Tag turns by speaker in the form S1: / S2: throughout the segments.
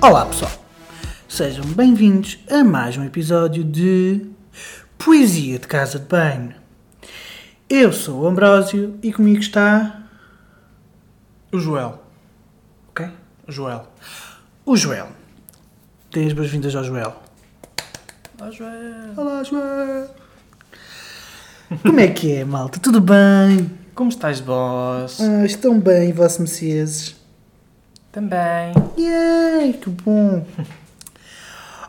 S1: Olá pessoal, sejam bem-vindos a mais um episódio de Poesia de Casa de Banho. Eu sou o Ambrósio e comigo está.
S2: O Joel.
S1: Ok?
S2: O Joel.
S1: O Joel. Dê as boas-vindas ao Joel.
S2: Ah, Joel.
S1: Olá, Joel! Como é que é, malta? Tudo bem?
S2: Como estás, boss?
S1: Ah, estão bem, vossos messias?
S2: Também.
S1: Yay, que bom!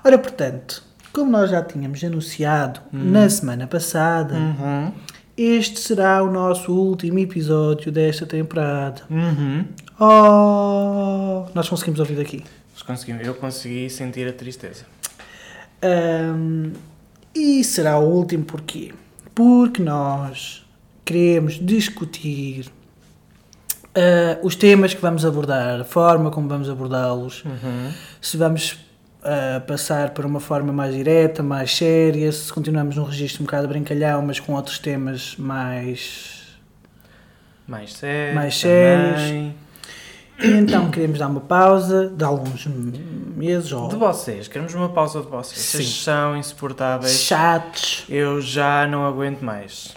S1: Ora, portanto, como nós já tínhamos anunciado na semana passada,
S2: Uhum.
S1: este será o nosso último episódio desta temporada.
S2: Uhum.
S1: Oh! Nós conseguimos ouvir daqui.
S2: Mas conseguimos. Eu consegui sentir a tristeza.
S1: Ahm, e será o último porquê? Porque nós queremos discutir ah, os temas que vamos abordar, a forma como vamos abordá-los,
S2: Uhum.
S1: se vamos ah, passar para uma forma mais direta, mais séria, se continuamos num registro um bocado brincalhão, mas com outros temas mais
S2: Mais sério.
S1: Mais
S2: também.
S1: E então queremos dar uma pausa de alguns m- meses ou
S2: De vocês. Queremos uma pausa de vocês. Vocês
S1: Sim.
S2: são insuportáveis.
S1: chatos.
S2: Eu já não aguento mais.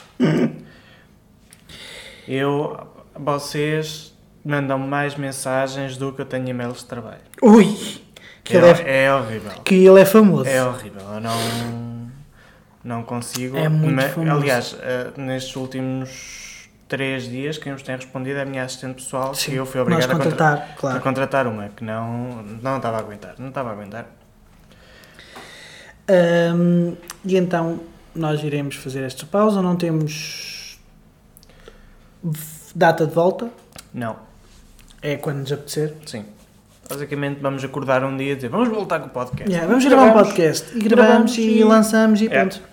S2: eu... Vocês mandam mais mensagens do que eu tenho e-mails de trabalho.
S1: Ui! Que ele é,
S2: É, é horrível.
S1: que ele é famoso.
S2: É horrível, eu não, não consigo.
S1: É muito famoso.
S2: Aliás, eh, nestes últimos três dias, quem nos tem respondido é a minha assistente pessoal,
S1: Sim,
S2: que eu fui
S1: Nós
S2: obrigado a, contra-
S1: contratar,
S2: a
S1: claro.
S2: contratar uma, que não, não estava a aguentar, não estava a aguentar.
S1: Ahm, e então nós iremos fazer esta pausa, não temos v- data de volta,
S2: Não,
S1: é quando nos apetecer.
S2: sim. Basicamente vamos acordar um dia e dizer, vamos voltar com o podcast.
S1: Yeah, vamos gravar um podcast e gravamos,
S2: gravamos É.
S1: e,
S2: e-
S1: lançamos e
S2: Yeah.
S1: pronto.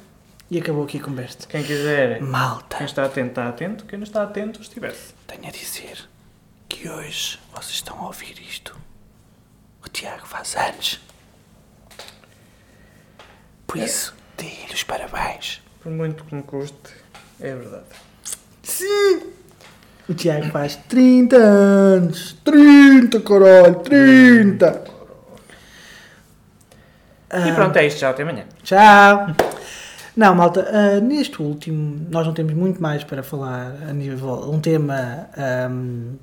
S1: E acabou aqui a conversa.
S2: Quem quiser, quem
S1: Malta,
S2: está atento está atento, quem não está atento estivesse.
S1: tenho a dizer que hoje vocês estão a ouvir isto. O Tiago faz anos.
S2: É.
S1: Por isso, dê-lhe os parabéns.
S2: Por muito que me custe, é verdade.
S1: Sim! O Tiago faz 30 anos. 30, caralho, 30! Ah.
S2: E pronto, é isto, já até amanhã.
S1: Tchau! Não, malta, ah, neste último, nós não temos muito mais para falar a nível. Um tema. ahm,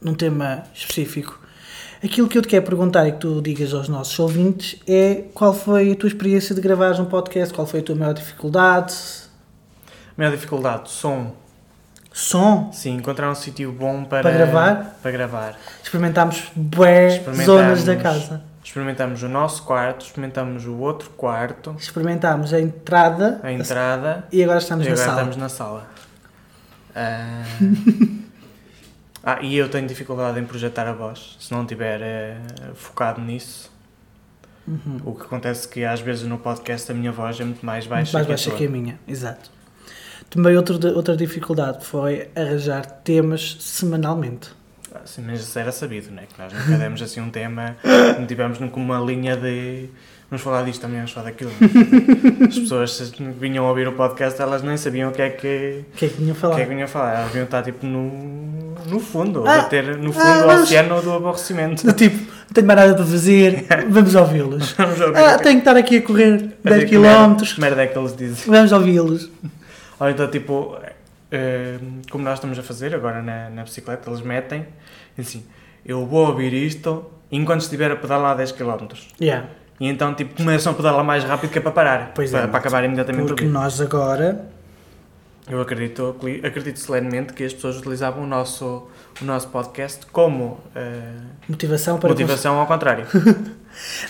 S1: num tema específico. Aquilo que eu te quero perguntar e que tu digas aos nossos ouvintes é qual foi a tua experiência de gravares um podcast, qual foi a tua maior dificuldade,
S2: Minha dificuldade, som.
S1: som.
S2: Sim, encontrar um sítio bom para,
S1: Para gravar?
S2: para gravar.
S1: Experimentámos bué
S2: Experimentámos.
S1: zonas da casa.
S2: Experimentámos o nosso quarto, experimentámos o outro quarto,
S1: Experimentámos a entrada
S2: a entrada,
S1: e agora estamos
S2: e
S1: na
S2: agora
S1: sala.
S2: estamos na sala. Ah, Ah, e eu tenho dificuldade em projetar a voz, se não estiver focado nisso.
S1: Uhum.
S2: O que acontece é que às vezes no podcast a minha voz é muito mais
S1: Mais
S2: baixa que a
S1: baixa
S2: sua.
S1: que a minha, exato. Também outro, de- outra dificuldade foi arranjar temas semanalmente.
S2: Ah, sim, mas isso era sabido, né? Que nós nunca demos assim um tema, não tivemos nunca uma linha de vamos falar disto também, vamos falar daquilo. né? As pessoas que vinham ouvir o podcast, elas nem sabiam o que é que,
S1: O que é que vinha
S2: o que,
S1: falar?
S2: é que vinham falar. Elas vinham estar tipo no, no fundo,
S1: Ah,
S2: a bater no
S1: ah,
S2: fundo do
S1: vamos-
S2: oceano do aborrecimento.
S1: Do tipo, não tenho mais nada para fazer, vamos ouvi-los.
S2: Vamos ouvir
S1: Ah,
S2: o que-
S1: tenho que estar aqui a correr
S2: a dizer
S1: 10
S2: que merda-
S1: km,
S2: que merda é que eles dizem.
S1: vamos ouvi-los.
S2: Ou então, tipo, eh, como nós estamos a fazer agora na, na bicicleta, eles metem e assim: eu vou ouvir isto enquanto estiver a pedalar 10 km.
S1: Yeah.
S2: E então, tipo, começam a pedalar mais rápido que é para parar.
S1: Pois é,
S2: para,
S1: malta.
S2: para acabar imediatamente
S1: Porque
S2: o vídeo.
S1: nós agora,
S2: Eu acredito, acredito solenemente que as pessoas utilizavam o nosso, o nosso podcast como eh,
S1: motivação para.
S2: motivação ao contrário.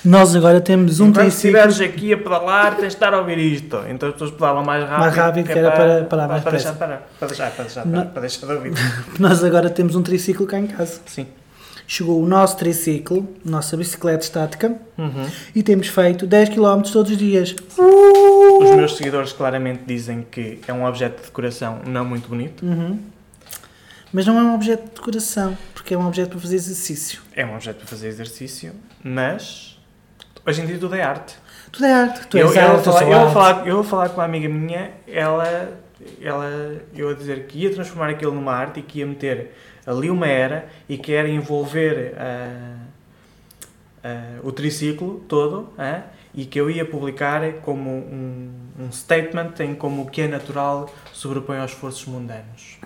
S1: Nós agora temos um
S2: Enquanto
S1: princípio.
S2: estiveres aqui a pedalar, tens de estar a ouvir isto. Então as pessoas pedalam mais rápido. é
S1: Mais rápido, que era para parar mais
S2: para deixar de parar. Para deixar, para deixar, de
S1: Não-
S2: parar, para deixar de ouvir.
S1: Nós agora temos um triciclo cá em casa.
S2: Sim.
S1: Chegou o nosso triciclo, nossa bicicleta estática,
S2: Uhum.
S1: e temos feito 10 km todos os dias. Uh.
S2: Os meus seguidores claramente dizem que é um objeto de decoração não muito bonito.
S1: Uhum. Mas não é um objeto de decoração, porque é um objeto para fazer exercício.
S2: É um objeto para fazer exercício, mas hoje em dia tudo é arte.
S1: Tudo é arte, tu
S2: eu,
S1: és
S2: eu
S1: arte,
S2: vou
S1: eu
S2: falar,
S1: sou
S2: eu, vou
S1: arte.
S2: falar, eu vou falar com uma amiga minha, ela, ela, eu a dizer que ia transformar aquilo numa arte e que ia meter ali uma era e que era envolver ah, eh, o triciclo todo eh, e que eu ia publicar como um, um statement em como o que é natural sobrepõe aos esforços mundanos.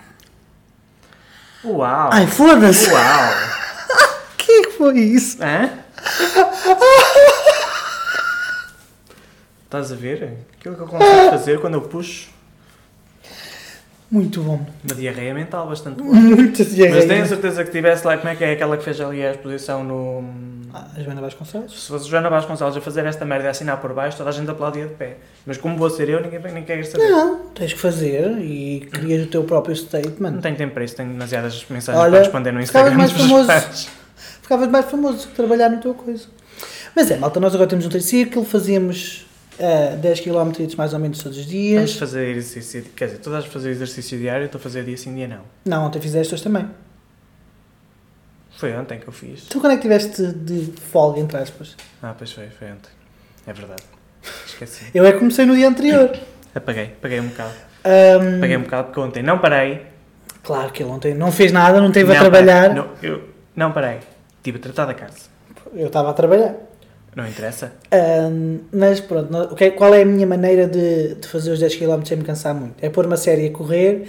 S2: Uau!
S1: Ai, foda-se!
S2: Uau!
S1: O que é que foi isso?
S2: Hã? Estás a ver? Aquilo que eu
S1: Ah.
S2: consigo fazer quando eu puxo
S1: Muito bom.
S2: uma diarreia mental bastante boa.
S1: Muito
S2: Mas tenho
S1: diarreia.
S2: certeza que tivesse lá, como é que é aquela que fez ali a exposição no...
S1: Ah, a Joana Vasconcelos?
S2: Se fosse Joana Vasconcelos a fazer esta merda e a assinar por baixo, toda a gente aplaudia de pé. Mas como vou ser eu, ninguém, ninguém quer saber.
S1: Não, tens que fazer e crias o teu próprio
S2: Não
S1: statement.
S2: tenho tempo para isso, tenho demasiadas mensagens
S1: Olha,
S2: para responder no Instagram.
S1: ficavas mais
S2: dos meus
S1: famoso.
S2: pais.
S1: Ficavas mais famoso se trabalhar na tua coisa. Mas é, malta, nós agora temos um triciclo, fazíamos ah, 10 km mais ou menos todos os
S2: Vamos
S1: dias.
S2: fazer exercício, quer dizer, tu estás a fazer exercício diário, eu estou a fazer dia sim, dia não.
S1: Não, ontem fizeste hoje também.
S2: Foi ontem que eu fiz.
S1: Tu quando é que tiveste de folga, entre aspas?
S2: Ah, pois foi, foi ontem. É verdade. Esqueci.
S1: Eu é que comecei no dia anterior.
S2: Apaguei, apaguei um bocado.
S1: Ahm,
S2: Apaguei um bocado porque ontem não parei.
S1: claro que ele ontem não fez nada, não teve
S2: não,
S1: a trabalhar.
S2: parei. Não, eu não parei. Estive a tratar da casa.
S1: Eu estava a trabalhar.
S2: Não interessa.
S1: Ahm, mas pronto, não- o que é- qual é a minha maneira de, de fazer os 10 km sem me cansar muito? É pôr uma série a correr,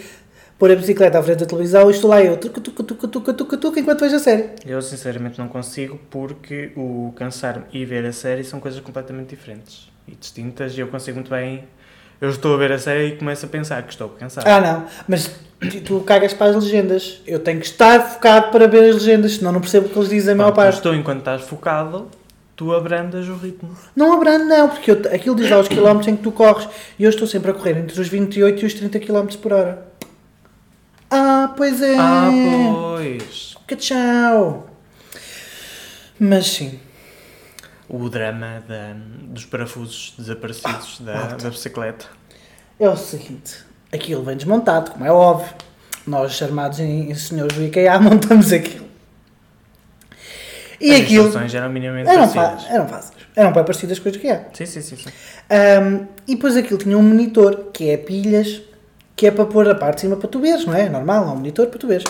S1: pôr a bicicleta à frente da televisão e estou lá eu, tuca, tuca, tuca, tuca, tuca, tuca, enquanto vejo a série.
S2: Eu sinceramente não consigo porque o cansar-me e ver a série são coisas completamente diferentes e distintas e eu consigo muito bem. Eu estou a ver a série e começo a pensar que estou cansado.
S1: Ah, não, mas tu- tu cagas para as legendas. Eu tenho que estar focado para ver as legendas, senão não percebo o que eles dizem a maior
S2: Quando tu
S1: parte.
S2: estou enquanto estás focado, tu abrandas o ritmo.
S1: Não abrando, não, porque eu, aquilo diz lá os quilómetros em que tu corres e eu estou sempre a correr entre os 28 e os 30 km por hora. Ah, pois é!
S2: Ah, pois!
S1: Que tchau! Mas sim.
S2: O drama da- dos parafusos desaparecidos da, da bicicleta.
S1: É o seguinte, aquilo vem desmontado, como é óbvio. Nós, armados em, em senhores do IKEA, montamos aquilo. E
S2: As
S1: aquilo
S2: instruções eram minimamente
S1: eram, fa
S2: parecidas.
S1: eram fáceis. Eram bem parecidas com as do IKEA.
S2: Sim, sim, sim. sim.
S1: Ahm, e depois aquilo tinha um monitor, que é pilhas, que é para pôr a parte de cima para tu veres, não é? É Normal, é um monitor para tu veres.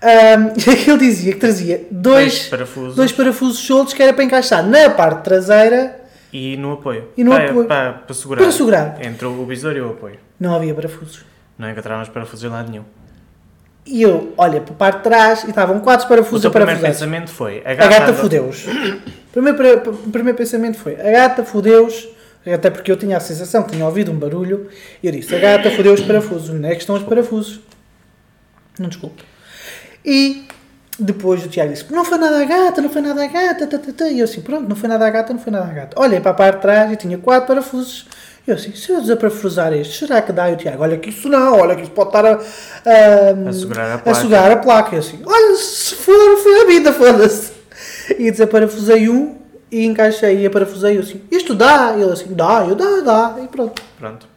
S1: Ahm, e aquilo dizia que trazia
S2: Dois
S1: dois,
S2: parafusos
S1: dois parafusos soltos que era para encaixar na parte traseira.
S2: e no apoio.
S1: E no
S2: para,
S1: apoio.
S2: Para, para segurar.
S1: Para segurar.
S2: Entre o visor e o apoio.
S1: Não havia parafusos.
S2: Não encontraram os parafusos em lado nenhum.
S1: E eu, olha, para a parte de trás, e estavam quatro
S2: O
S1: parafusos
S2: teu
S1: a
S2: primeiro
S1: parafusar.
S2: pensamento foi: a
S1: A gata
S2: anda-
S1: fodeu-os. O primeiro, pre- o primeiro pensamento foi: a gata fodeu-os. Até porque eu tinha a sensação que tinha ouvido um barulho e eu disse: a gata fodeu os parafusos. Onde é que estão os parafusos? Não desculpe. E depois o Tiago disse: não foi nada a gata, não foi nada a gata. tá, tá, tá." E eu assim: pronto, não foi nada a gata, não foi nada a gata. Olhei para a parte de trás e tinha quatro parafusos. E eu assim: se eu desaparafusar este, será que dá? E o Tiago: olha que isso não, olha que isso pode estar a. a-
S2: A segurar a
S1: a
S2: placa.
S1: sugar a placa. Eu assim, olha, se for, foi a vida, foda-se. E desaparafusei um e encaixei e aparafusei. Eu assim, isto dá? E ele assim, dá, eu dá, dá. E pronto.
S2: Pronto.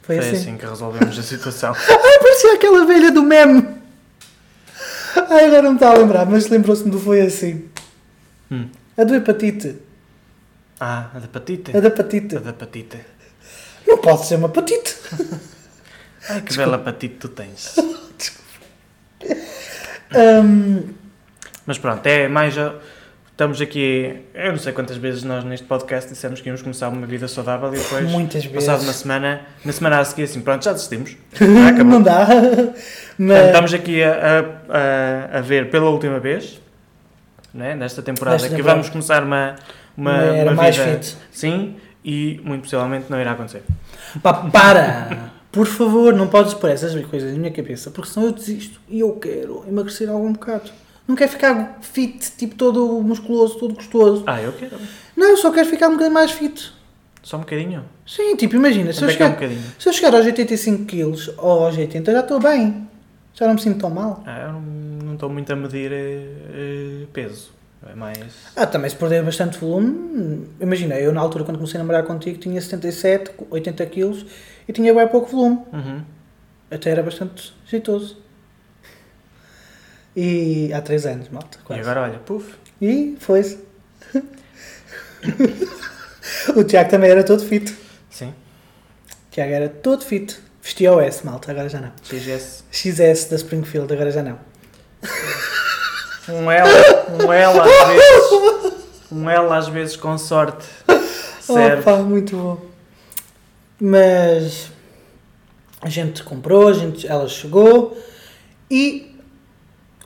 S1: Foi,
S2: Foi
S1: assim.
S2: assim. que resolvemos a situação.
S1: Ai, parecia aquela velha do meme. Ai, agora não me está a lembrar, mas lembrou-se-me do foi assim.
S2: Hum.
S1: A do hepatite.
S2: Ah, a da patita.
S1: A da
S2: A
S1: patite.
S2: da patita.
S1: Não pode ser uma patite.
S2: Ai, que bela patita tu tens.
S1: Hum,
S2: Mas pronto, é mais. a- Estamos aqui. Eu não sei quantas vezes nós neste podcast dissemos que íamos começar uma vida saudável e depois.
S1: Muitas vezes.
S2: Passado uma semana. Na semana a seguir, assim, pronto, já desistimos. Já acabou. Tá,
S1: não dá.
S2: Portanto,
S1: Mas,
S2: estamos aqui a, a- a- a ver pela última vez, né, nesta temporada,
S1: Nesta
S2: que
S1: temporada.
S2: vamos começar uma, uma,
S1: Uma era
S2: uma
S1: mais
S2: vida
S1: fit.
S2: sim e muito possivelmente não irá acontecer.
S1: Pá, para! Por favor, não podes pôr essas coisas na minha cabeça, porque senão eu desisto e eu quero emagrecer algum bocado. Não quero ficar fit, tipo todo musculoso, todo gostoso.
S2: Ah, eu quero.
S1: Não, eu só quero ficar um bocadinho mais fit.
S2: Só um bocadinho.
S1: Sim, tipo, imagina, se eu,
S2: Onde é que é um
S1: chegar,
S2: bocadinho?
S1: se eu chegar aos 85 kg ou aos 80, eu já estou bem. Já não me sinto tão mal.
S2: Ah, eu não- não estou muito a medir eh, eh, peso. É mais.
S1: Ah, também se perder bastante volume, imagina, eu na altura quando comecei a namorar contigo tinha 77, 80 kg e tinha bem pouco volume.
S2: Uhum.
S1: Até era bastante jeitoso. E há três anos, malta.
S2: E
S1: Quase. E,
S2: agora olha, puf.
S1: foi-se. o Tiago também era todo fit.
S2: Sim.
S1: O Tiago era todo fit. Vestia OS, malta, agora já não.
S2: XS.
S1: XS da Springfield, agora já não.
S2: Um L. Um L às vezes. Um L às vezes com sorte. Serve.
S1: Opa, muito bom. Mas a gente comprou, a gente, ela chegou e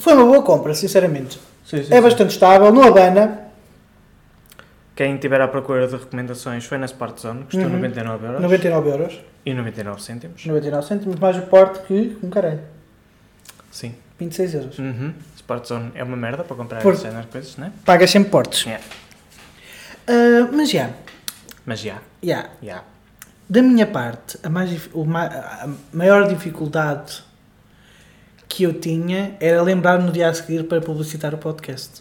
S1: foi uma boa compra, sinceramente.
S2: Sim, sim,
S1: É
S2: sim.
S1: bastante estável, não abana,
S2: Quem estiver à procura de recomendações foi na Smart Zone, custou
S1: Uhum.
S2: 99 euros
S1: 99 euros,
S2: e 99 cêntimos.
S1: 99 cêntimos, mais o porte que um caralho,
S2: Sim.
S1: 26 euros.
S2: Uhum. Smart Zone é uma merda para comprar
S1: Por-
S2: essas cenas, coisas, né?
S1: Pagas sempre portes.
S2: Yeah.
S1: Ah, mas já,
S2: Mas já,
S1: já.
S2: já.
S1: da minha parte, a, mais, dif- o ma- a maior dificuldade que eu tinha era lembrar no dia a seguir para publicitar o podcast.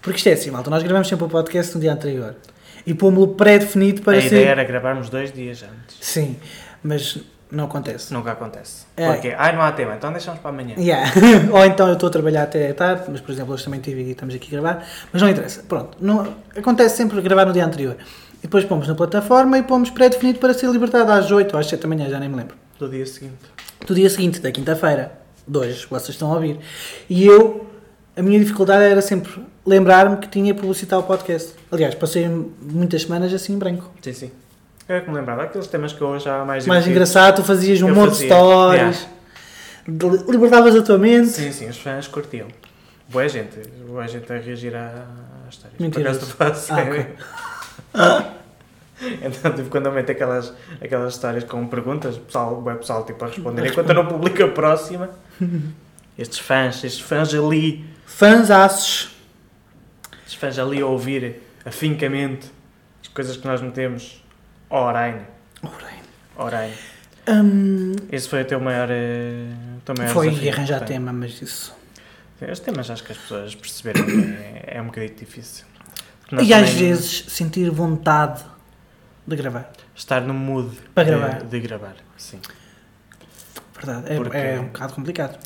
S1: Porque isto é assim, malta, nós gravamos sempre o podcast no dia anterior e pomos-lo pré-definido para
S2: A
S1: ser.
S2: ideia era gravarmos dois dias antes.
S1: Sim, mas não acontece.
S2: Isso nunca acontece.
S1: É.
S2: Porque, ai, não há tema, então deixamos para amanhã.
S1: Yeah. Ou então eu estou a trabalhar até à tarde, mas por exemplo hoje também tive e estamos aqui a gravar, mas não interessa. Pronto, não, acontece sempre gravar no dia anterior. E depois pomos na plataforma e pomos pré-definido para ser libertado às 8 ou às 7 da manhã, já nem me lembro.
S2: Do dia seguinte.
S1: do dia seguinte, da quinta-feira, dois, vocês estão a ouvir. E eu, a minha dificuldade era sempre lembrar-me que tinha que publicitar o podcast. Aliás, passei muitas semanas assim em branco.
S2: Sim, sim. Eu é que me lembrava, aqueles temas que eu achava mais
S1: Mais
S2: divertido.
S1: engraçado, tu fazias um
S2: Eu
S1: monte
S2: fazia,
S1: de stories, de- libertavas a tua mente.
S2: Sim, sim, os fãs curtiam. Boa gente, boa gente a reagir à, à história.
S1: Mentiroso.
S2: Por acaso tu
S1: Ah,
S2: Então, tipo, quando eu meto aquelas, aquelas histórias com perguntas, o pessoal, o pessoal tipo, a responder, enquanto eu não publico a próxima, estes fãs, estes fãs ali,
S1: Fãs assos.
S2: estes fãs ali a ouvir afincamente as coisas que nós metemos, orain, orain.
S1: Hum,
S2: Esse foi o teu maior, eh, o teu maior
S1: foi
S2: desafio,
S1: arranjar
S2: portanto.
S1: tema, mas isso.
S2: Os temas acho que as pessoas perceberam que é, é um bocadinho difícil. Porque nós
S1: e às
S2: também
S1: vezes sentir vontade de gravar.
S2: Estar no mood
S1: Para
S2: de,
S1: gravar.
S2: de gravar, sim.
S1: Verdade, é,
S2: Porque-
S1: é um bocado complicado.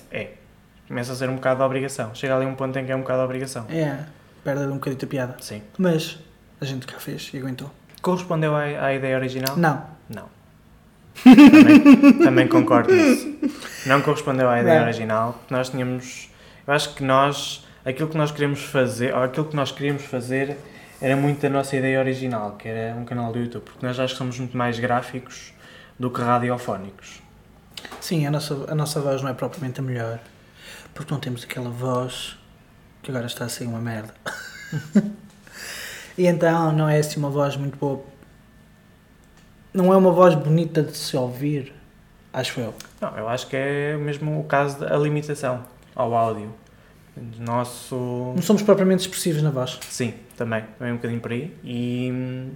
S2: Começa a ser um bocado de obrigação. Chega ali um ponto em que é um bocado de obrigação.
S1: É, perde um bocadinho a piada.
S2: Sim.
S1: Mas a gente cá fez e aguentou.
S2: Correspondeu à, à ideia original?
S1: Não.
S2: Não. também, também concordo nisso. Não correspondeu à ideia
S1: Não.
S2: original. Nós tínhamos. Eu acho que nós. Aquilo que nós queríamos fazer, ou aquilo que nós queríamos fazer, era muito a nossa ideia original, que era um canal do YouTube, porque nós acho que somos muito mais gráficos do que radiofónicos.
S1: Sim, a nossa, a nossa voz não é propriamente a melhor. Porque não temos aquela voz que agora está a sair uma merda. e então não é assim uma voz muito boa. Não é uma voz bonita de se ouvir, acho eu.
S2: Não, eu acho que é mesmo o caso da limitação ao áudio. Nosso.
S1: Não somos propriamente expressivos na voz.
S2: Sim, também. Também um bocadinho por aí. E. hum,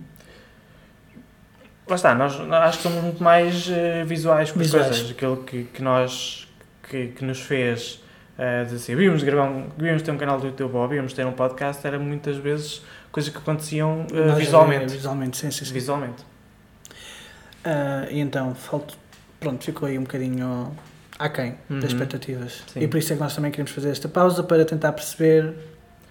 S2: Lá está, nós acho que somos muito mais eh, visuais por
S1: Visuais.
S2: coisas. Aquilo que, que nós. que, que nos fez. eh, dizer assim, víamos gravar um, víamos ter um canal do YouTube ou víamos ter um podcast, era muitas vezes coisas que aconteciam eh,
S1: Nós-
S2: visualmente.
S1: visualmente, sim, sim, sim.
S2: Visualmente.
S1: Ah, e então, falto, pronto, ficou aí um bocadinho aquém
S2: Uhum.
S1: das expectativas.
S2: Sim.
S1: E por isso é que nós também queremos fazer esta pausa para tentar perceber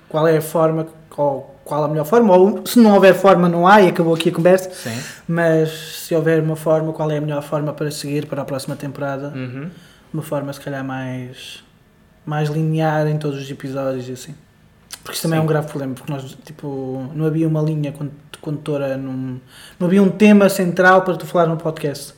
S1: qual é a forma, qual, qual a melhor forma, ou se não houver forma, não há, e acabou aqui a conversa,
S2: Sim.
S1: mas se houver uma forma, qual é a melhor forma para seguir para a próxima temporada?
S2: Uhum.
S1: Uma forma, se calhar, mais, mais linear em todos os episódios e assim. Porque isso também é
S2: Sim.
S1: um grave problema, porque nós, tipo, não havia uma linha con- condutora, num, não havia um tema central para tu falar no podcast.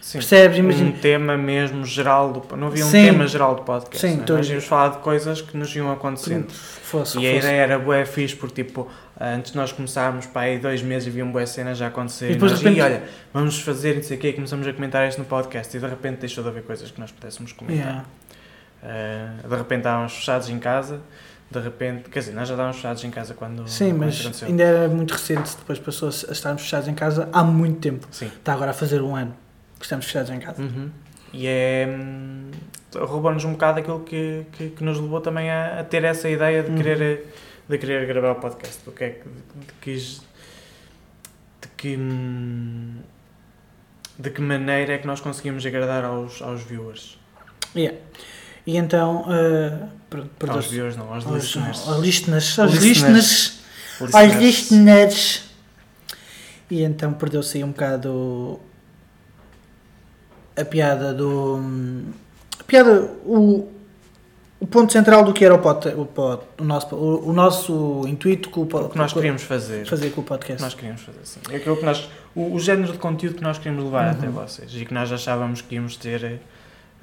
S2: Sim.
S1: Percebes? Imagina.
S2: Um tema mesmo geral do. Não havia um
S1: Sim.
S2: tema geral do podcast.
S1: Sim,
S2: né?
S1: todos-
S2: Nós íamos falar de coisas que nos iam acontecendo.
S1: Fosse,
S2: E a ideia era bué fixe, porque tipo, antes de nós começarmos, pá, aí dois meses havia um bué cenas já a acontecer.
S1: E
S2: E,
S1: depois
S2: nós,
S1: de repente-
S2: "Ih, olha, vamos fazer não sei o quê, e começamos a comentar isto no podcast. E de repente deixou de haver coisas que nós pudéssemos comentar.
S1: Yeah.
S2: Ah, de repente estávamos fechados em casa, de repente, quer dizer, nós já estávamos fechados em casa quando,
S1: Sim,
S2: quando
S1: mas
S2: aconteceu.
S1: ainda era muito recente, depois passou a estarmos fechados em casa há muito tempo.
S2: Sim.
S1: Está agora a fazer um ano que estamos fechados em casa.
S2: Uhum. E é. hum, roubou-nos um bocado aquilo que, que, que nos levou também a, a ter essa ideia de,
S1: Uhum.
S2: querer, eh, de querer gravar o podcast. O que é que. De, de que is- de que, hum, de que maneira é que nós conseguimos agradar aos, aos viewers?
S1: Yeah. E então, eh, pronto, perdão.
S2: aos viewers, não, aos
S1: Aos
S2: listeners.
S1: aos listeners. Aos
S2: Listeners.
S1: listeners. Aos listeners. E então perdeu-se aí um bocado a piada do. A piada. hum, O, o ponto central do que era o, pod, o, pod- o nosso, o, o nosso intuito com o, pod-
S2: O que nós
S1: com-
S2: queríamos fazer.
S1: fazer com o
S2: O que
S1: podcast.
S2: nós queríamos fazer, sim. É aquilo que nós, o, o género de conteúdo que nós queríamos levar
S1: Uhum.
S2: até vocês e que nós achávamos que íamos ter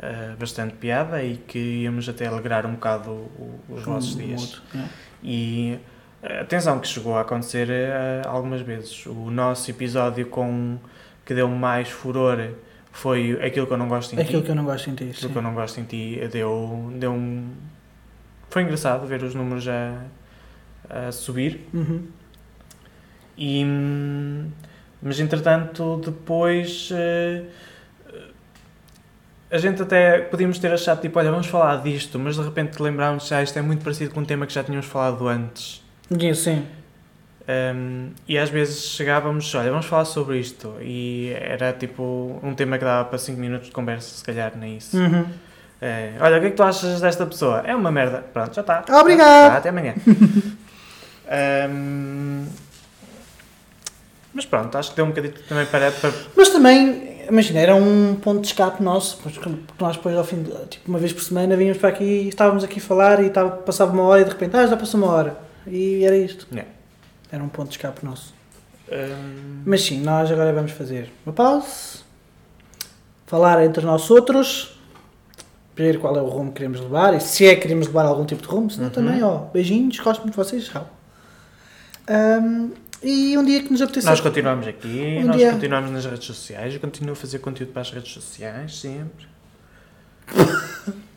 S2: eh, bastante piada e que íamos até alegrar um bocado o- os vossos
S1: Um, um
S2: dias.
S1: outro, né?
S2: E eh, atenção que chegou a acontecer eh, algumas vezes. O nosso episódio com que deu mais furor foi aquilo que eu não gosto em
S1: Aquilo
S2: ti.
S1: que eu não gosto de sentir.
S2: Aquilo
S1: sim.
S2: que eu não gosto em ti eh, deu, deu um... Foi engraçado ver os números a, a subir.
S1: Uhum.
S2: E, hum, mas entretanto depois eh, a gente até podíamos ter achado tipo, olha, vamos falar disto, mas de repente lembrámos já isto é muito parecido com um tema que já tínhamos falado antes.
S1: Sim, Uhum. sim.
S2: Um, e às vezes chegávamos, olha, vamos falar sobre isto. E era tipo um tema que dava para 5 minutos de conversa, se calhar, nem isso.
S1: Uhum.
S2: É, olha, o que é que tu achas desta pessoa? É uma merda. Pronto, já está.
S1: Obrigado.
S2: Tá, até amanhã. Um, mas pronto, acho que deu um bocadito também para. para
S1: Mas também, imagina, era um ponto de escape nosso, pois, porque nós depois ao fim, de, tipo uma vez por semana, vínhamos para aqui e estávamos aqui a falar e estava, passava uma hora e de repente, ah, já passou uma hora. E era isto.
S2: É.
S1: Era um ponto de escape nosso.
S2: um,
S1: Mas sim, nós agora vamos fazer uma pausa, falar entre nós outros, ver qual é o rumo que queremos levar e se é que queremos levar algum tipo de rumo, se não
S2: Uhum.
S1: também, ó, beijinhos, gosto muito de vocês, tchau. Ahm, e um dia que nos apetecer.
S2: nós continuamos aqui,
S1: Um
S2: nós
S1: dia-
S2: continuamos nas redes sociais. Eu continuo a fazer conteúdo para as redes sociais, sempre.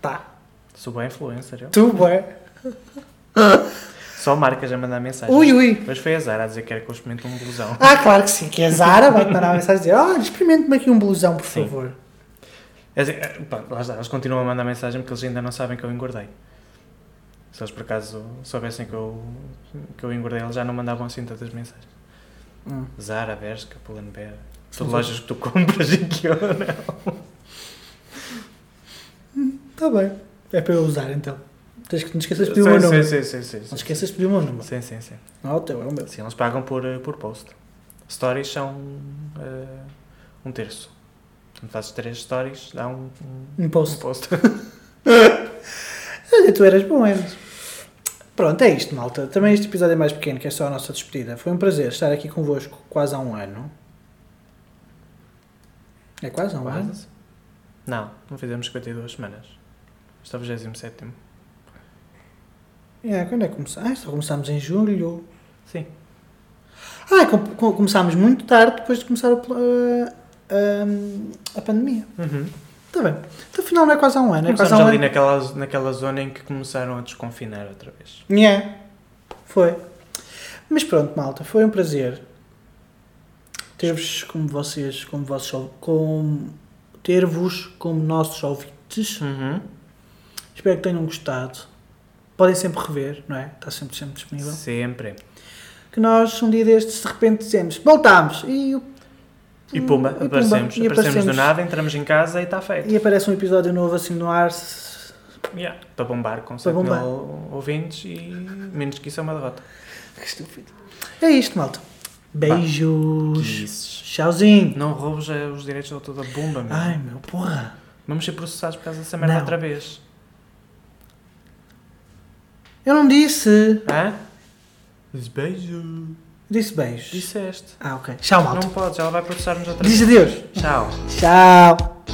S1: Tá,
S2: Sou bem influencer, eu.
S1: tu, bué.
S2: Tá, Só marcas a mandar mensagens.
S1: Ui, ui.
S2: Mas foi azar a dizer que era que eu experimento um blusão.
S1: Ah, claro que sim, que é Zara, vai te mandar uma mensagem a dizer, olha, experimente-me aqui um blusão, por
S2: Sim.
S1: favor.
S2: É assim, é, pá, lá está, eles continuam a mandar mensagem porque eles ainda não sabem que eu engordei. Se eles por acaso soubessem que eu, que eu engordei, eles já não mandavam assim tantas mensagens.
S1: Hum.
S2: Zara, Bershka, Pull&Bear,
S1: Sim,
S2: tudo
S1: sim.
S2: lojas que tu compras e que eu né? não.
S1: Tá bem. É para eu usar então. Tens que não te esqueças de
S2: sim,
S1: pedir o meu número.
S2: um sim, sim, sim, sim,
S1: Não te
S2: sim.
S1: esqueças de pedir o meu número.
S2: Sim, sim, sim.
S1: Não é o teu, é o meu.
S2: Sim, eles pagam por, eh, por post. Stories são eh, um terço. Portanto, fazes três stories, dá um, um,
S1: Um post.
S2: um post.
S1: Olha, tu eras bom, eras. Pronto, é isto, malta. Também este episódio é mais pequeno, que é só a nossa despedida. Foi um prazer estar aqui convosco quase há um ano. É quase há um ano?
S2: Quase. Não, não fizemos 52 semanas. Este é o 27.
S1: É, quando é que começámos? Ah, só começámos em julho.
S2: Sim.
S1: Ah, com- com- começámos muito tarde depois de começar o pl- ah, ah, a pandemia.
S2: Uhum.
S1: Está bem. Então, afinal, não é quase há um ano. É quase há
S2: Estamos
S1: um
S2: ali
S1: ano.
S2: naquela, naquela zona em que começaram a desconfinar outra vez.
S1: É. Foi. Mas pronto, malta. Foi um prazer ter-vos como vocês, como vossos, ou- como, ter-vos como nossos ouvintes.
S2: Uhum.
S1: Espero que tenham gostado. Podem sempre rever, não é? Está sempre, sempre disponível.
S2: Sempre.
S1: Que nós, um dia destes, de repente dizemos, voltámos! E, o-
S2: E pumba,
S1: Hum, E pumba,
S2: aparecemos.
S1: e
S2: aparecemos. do
S1: aparecemos.
S2: nada, entramos em casa e está feito.
S1: e aparece um episódio novo assim no ar. se-
S2: Yeah. Para bombar com
S1: Para
S2: 7
S1: bombar.
S2: mil ouvintes e menos que isso é uma derrota.
S1: Que estúpido. É isto, malta. Beijos.
S2: Kisses.
S1: Tchauzinho.
S2: Não roubes eh, os direitos de autor da bomba, meu.
S1: Ai, meu, porra.
S2: Vamos ser processados por causa dessa merda
S1: Não.
S2: outra vez.
S1: Eu não disse.
S2: Hã? Beijo.
S1: Disse beijos.
S2: Disseste.
S1: Ah, ok. Tchau, malta.
S2: Não podes, ela vai processar-nos outra vez.
S1: Diz adeus.
S2: Tchau.
S1: Tchau.